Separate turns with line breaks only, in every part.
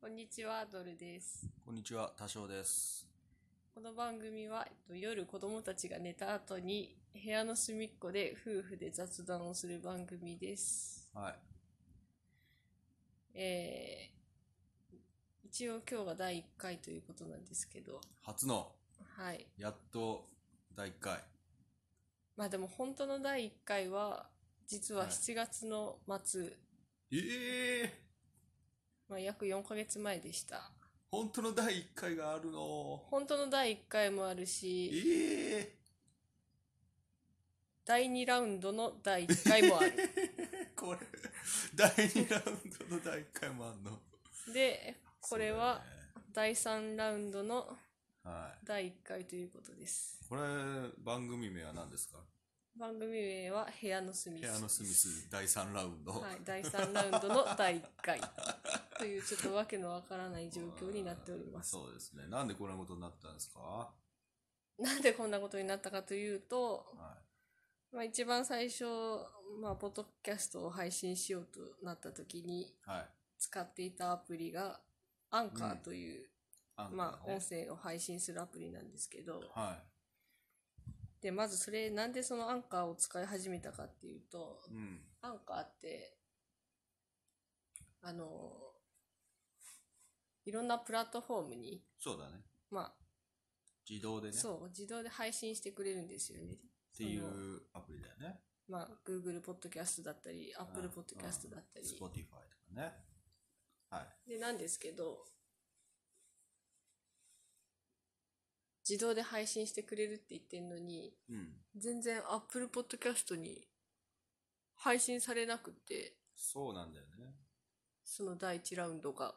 こんにちは、ドルです。
こんにちは、多少です。
この番組は、えっと、夜子供たちが寝た後に部屋の隅っこで夫婦で雑談をする番組です。
はい。
えー一応今日が第1回ということなんですけど、
初の、
はい。
やっと、第1回。
まあでも本当の第1回は、実は
はい
7月の末、
ええー、
まあ、約4ヶ月前でした。
本当の第1回があるの。
本当の第1回もあるし、
ええ
第2ラウンドの第1回 もある。
ー、これ、第2ラウンドの第1回もあるの。
で、これは
そうだよね
第3ラウンドの
は
第1回ということです。
い。これ、番組名は何ですか
番組名は部屋のスミス。
ヘアのスミス第3ラウンド。
はい、第3ラウンドの第1回というちょっとわけのわからない状況になっております。
そうですね。なんでこんなことになったんですかは
なんでこんなことになったかというと、
い。
まあ、一番最初、まあ、ポッドキャストを配信しようとなった時に
はい。
使っていたアプリがアンカーという、
あんた
まあ、
ね
音声を配信するアプリなんですけど、
は
で、まずそれなんでそのアンカーを使い始めたかっていうと、
い。うん。
アンカーって、あの、いろんなプラットフォームに、
そうだね。
ま
自動で
あ、
ね。
そう、自動で配信してくれるんですよね。
っていうアプリだよね。
まあ、Google ポッドキャストだったり、Apple ポッドキャストだったり。
Spotify とかね。はい。
で、なんですけど、自動で配信してくれるって言ってんのに、
うん。
全然 Apple ポッドキャストに配信されなくて、
そうなんだよね。
その第1ラウンドが。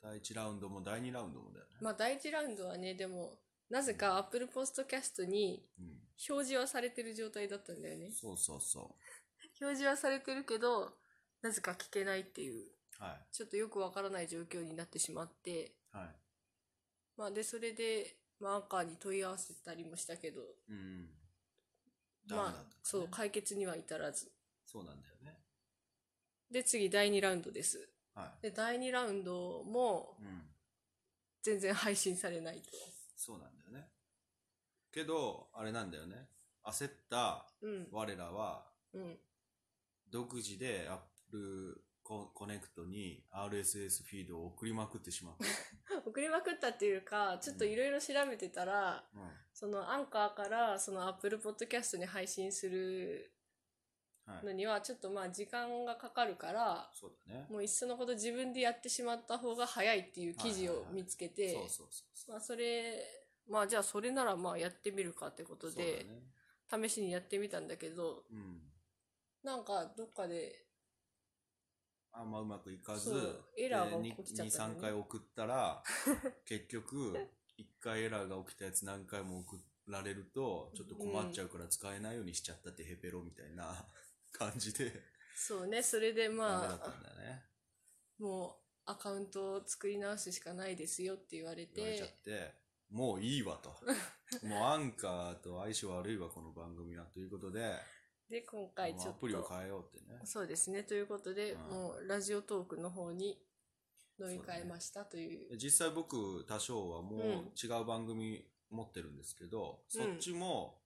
第1ラウンドも第2ラウンドもだよね。
まあ、第1ラウンドはね、でも、なぜか Apple ポッドキャストに
うん。
表示はされてる状態だったんだよね。
そうそうそ
表示はされてるけど、なぜか聞けないっていう、
う。は
ちょっとよくわからない状況になってしまって、
い。はい。
まあ、で、それで、まあ、アンカーに問い合わせたりもしたけど、
うん。ダメだったね
まあ、そう、解決には至らず。
そうなんだよね。
で、次、第2ラウンドです。
は
で、第2ラウンドも
い。、うん。
全然配信されないと。
そうなんだよね。けど、あれなんだよね。焦った
うん、
我らは、
うん、
独自で Apple ココネクトに RSS フィードを送りまくってしまった。
送りまくったっていうか、ちょっといろいろ調べてたら、
うん。
そのアンカーからその Apple Podcast に配信する
はい
の。にはちょっとまあ時間がかかるから
そうだね。
もういっそのこと自分でやってしまった方が早いっていう記事を見つけて
そうそうそうそう。
まあそれまあじゃあそれならまあやってみるかってこと
そう
で
だ、ね。
試しにやってみたんだけど
うん。
なんかどっかで
あんまうまくいかず
そう、エラーが
で
起きちゃった
2、
んだよね
3回送っ たら、結局、1回エラーが起きたやつ何回も送られると、ちょっと困っちゃうから使えないようにしちゃったってヘペロみたいな 感じで、
そうねそれで
ダメだ
ま
った
あ
んだよね。
もうアカウントを作り直すしかないですよって言われ
言われちゃ
て
って、もういい わと。もうアンカーと相性悪いわ、この番組は。ということで、
で今回
もう
ちょ
ア
っ
プリを
と
変えようってね。
そうですね。ということで、
うん
もうラジオトークの方に乗り換えましたという。
実際僕多少はもう
うん
違う番組持ってるんですけど、
うん
そっちも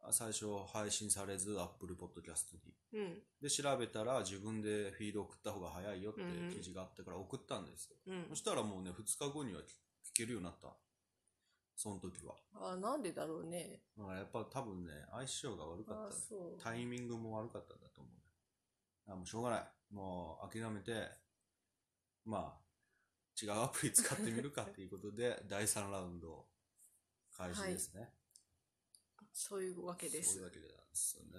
あ最初配信されず Apple Podcast に
うん、
で調べたら自分でフィード送った方が早いよって
うんうん
記事があったから送ったんですよ、
うん
そ。したらもうね2日後には聞聞けるようになったその時は
あ、なんでだろうね。
だからやっぱ多分ね相性が悪か
あ
っ、た
そう。
タイミングも悪かったんだと思うあもうしょうがないもう諦めてまあ違うアプリ使ってみるかっていうことで 第3ラウンド開始ですね、
そういうわけで
そう
す
いう。わけなんですよね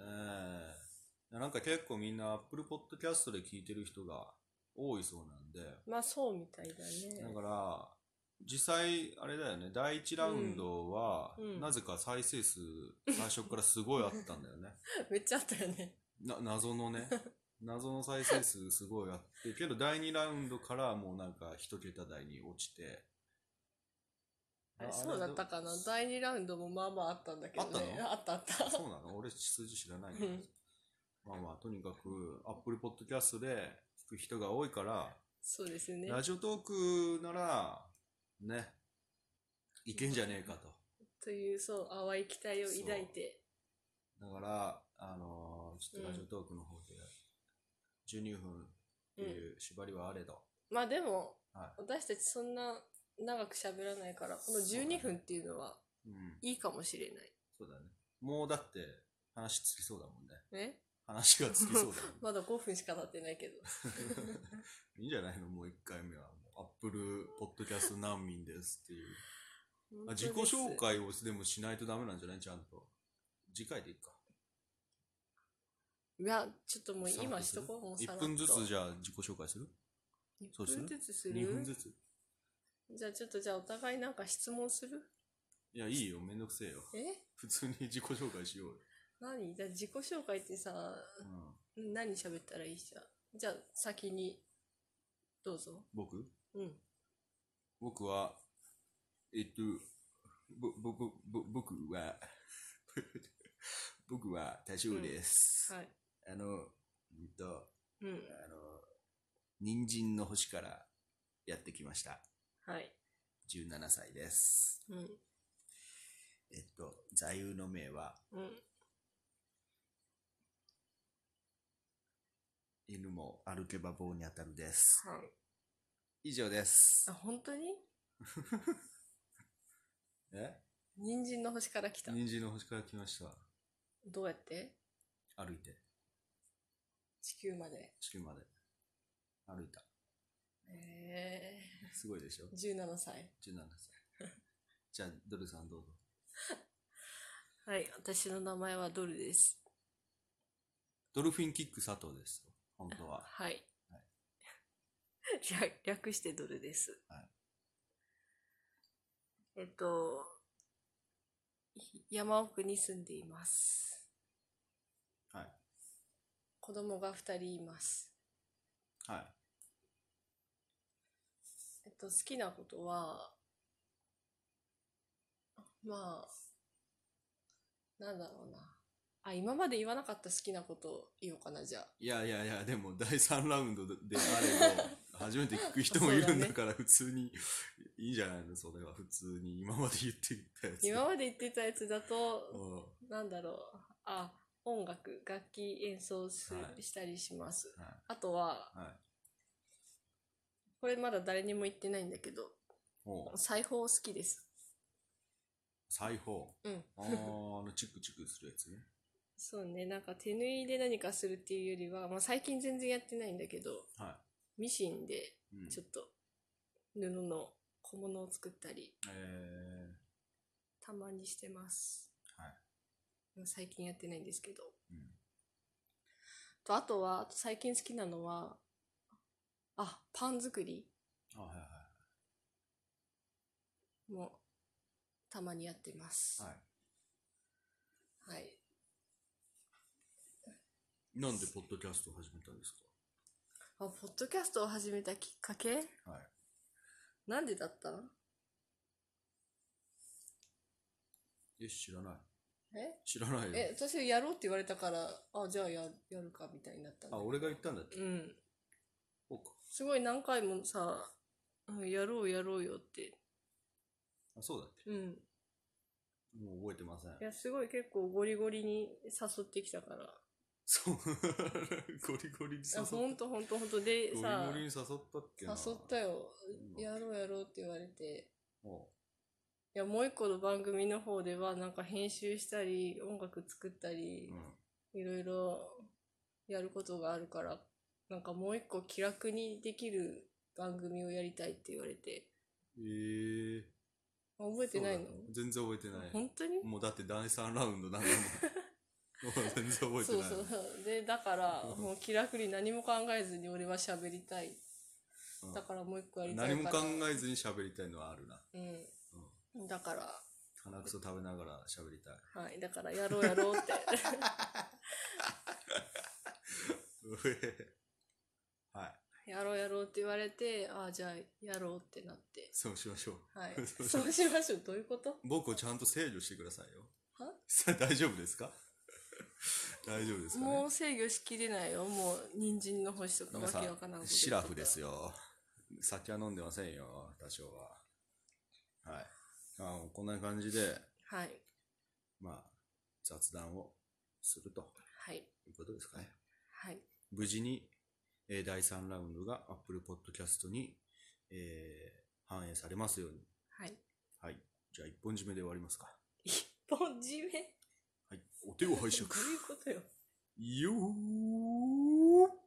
いやなんか結構みんな Apple Podcast で聞いてる人が多いそうなんで
まあ、そうみたいだ
だ
ね。
から実際あれだよね第1ラウンドは、
うんうん
なぜか再生数最初からすごいあったんだよね
めっちゃあったよね。
な謎 のね謎の再生数すごいあってけど第2ラウンドからもうなんか一桁台に落ちて
あれそうだったかな。
あ
第2ラウンドもまあまああったんだけどね。あ
あ
ったあった
れそうなの俺数字知らないんだけど
うん
まあまあとにかくアップルポッドキャストで聞く人が多いから
そうですね。
ラジオトークなら、ね、いけんじゃねえかと。
という、そう、淡い期待を抱いて、
だから、あのーちょっと
うん
ラジオトークの方で、12分っていう縛りはあれど、
まあでも、
は
私たちそんな長く喋らないから、この
そうだね
12分っていうのは
うん、
いいかもしれない。
そうだね。もうだって、話つきそうだもんね。
ね。
話がつきそうだもん、ね
まだ5分しか経ってないけど。
いいんじゃないのもう1回目は。アップルポッドキャスト難民ですっていう。あ
本当
自己
です
紹介をでもしないとダメなんじゃないちゃんと。次回でいいか。
いや、ちょっともう
さらっ
今し
する
とこう、もうさらっ
1
と。
分ずつじゃあ自己紹介するそうす
1
る
分ずつす
?2 分
る
ずつ
じゃあちょっとじゃあお互いなんか質問する
いや、いいよ。めんどくせえよ。
え
普通に自己紹介しようよ。
何じゃあ自己紹介ってさ、
うん、
何喋ったらいいじゃん。じゃあ先に、どうぞ。
僕
うん。
僕は、えっと、ぼ、ぼ、ぼ、ぼ、僕は、 僕は多少です。
はい。
あの、えっと、
うん。
あの、人参の星からやってきました。
はい。
17歳です。
うん。
えっと、座右の銘は
うん。
犬も歩けば棒に当たるです。
はい。
以上です
あ、。本当に
え
人参の星から来た。
人参の星から来ました。
どうやって
歩いて、
地球まで。
地球まで。歩いた。
え
すごいでしょ ?17
ー、17歳。
歳。 じゃあ、ドルさんどうぞ。
はい。私の名前はドルです。
ドルフィンキック佐藤です。本当は。
はい
は。
略略してドルです。
はい
えっと、山奥に住んでいます。
はい。
子供が2人います。
はい。
えっと、好きなことは、まあ、なんだろうな。あ、今まで言わなかった好きなことを言おうかな、じゃあ。
いやいやいや、でも第3ラウンドであれ ば、初めて聞く人もいるんだから、普通に、いいんじゃないのそれは普通に、今まで言ってきたやつ。
今まで言ってたやつだと、
うん
なんだろう。あ、音楽、楽器演奏す、
はい
したりします。
はい
あとは、
はい
これまだ誰にも言ってないんだけど、
おう
裁縫好きです。
裁縫。
うん。
あーあの、チクチクするやつね。
そうね、なんか手縫いで何かするっていうよりは、まあ最近全然やってないんだけど、
は
ミシンで
い。うん、
ちょっと布の小物を作ったり、
え
たまにしてます。
はい
うん。最近やってないんですけど。
ーうん、
と、あとは、あと最近好きなのは、あ、パン作り
あ、はいは
もたまにやってます。
いは
はい。
い。なんでポッドキャストを始めたんですか
あ、ポッドキャストを始めたきっかけ
はい。
なんでだった
え、知らない。
え
知らないよ。
え、私がやろうって言われたから、あ、じゃあややるかみたいになったんだ
あ、俺が言ったんだっけ
うん。
そうか。
すごい何回もさ、うん、やろうやろうよって。
あ、そうだっ
うん。
けもう覚えてません。
いや、すごい結構ゴリゴリに誘ってきたから。
そう。 ゴリゴリに誘
あ、
った。
ほんとほんとほんと。で、さ
ゴリゴ、リに誘ったっけ
誘
な
ったよ。
うん
やろうやろうって言われて。
おう
いや、もう一個の番組の方では、なんか編集したり、音楽作ったり、
う
いろいろやることがあるから、なんかもう一個気楽にできる番組をやりたいって言われて。
ん。ええ
あ覚えてないの
そうだね全然覚えてない。
本当に
もうだって第3ラウンドなんだもん。もう全然覚えて
そ
な
う
い。
そうそう。で、だ から、もう気楽に何も考えずに俺は喋りたい。
うん
だからもう一個やりたい
何も
か
考
ら。
えずに喋りたいのはあるな。
え
うん。
うん。だから、
鼻くそ食べながら喋りたい。
はい。だから、やろうやろうって。
うえはい。
やろうやろうって言われて、ああ、じゃあ、やろうってなって。
そうしましょう。。
はい
そう
そうしましょう。どういうこと
僕をちゃんと制御してくださいよ。
は
さ 大丈夫ですか大丈夫ですか、ね、
もう制御しきれないよ。もう、人参の星とか
皆
わ
さ
けわからんこと言ってた
ん、シラフですよ。酒は飲んでませんよ、多少は。はい。まあ、こんな感じで、
はい。
まあ、雑談をすると
はい。
いうことですかね。
はい。
無事に、えー第3ラウンドが Apple Podcast に、えー反映されますように。
はい。
はい。じゃあ、一本締めで終わりますか。
一本締め
はい。お手を拝
どう
借。
いうことよ。
よー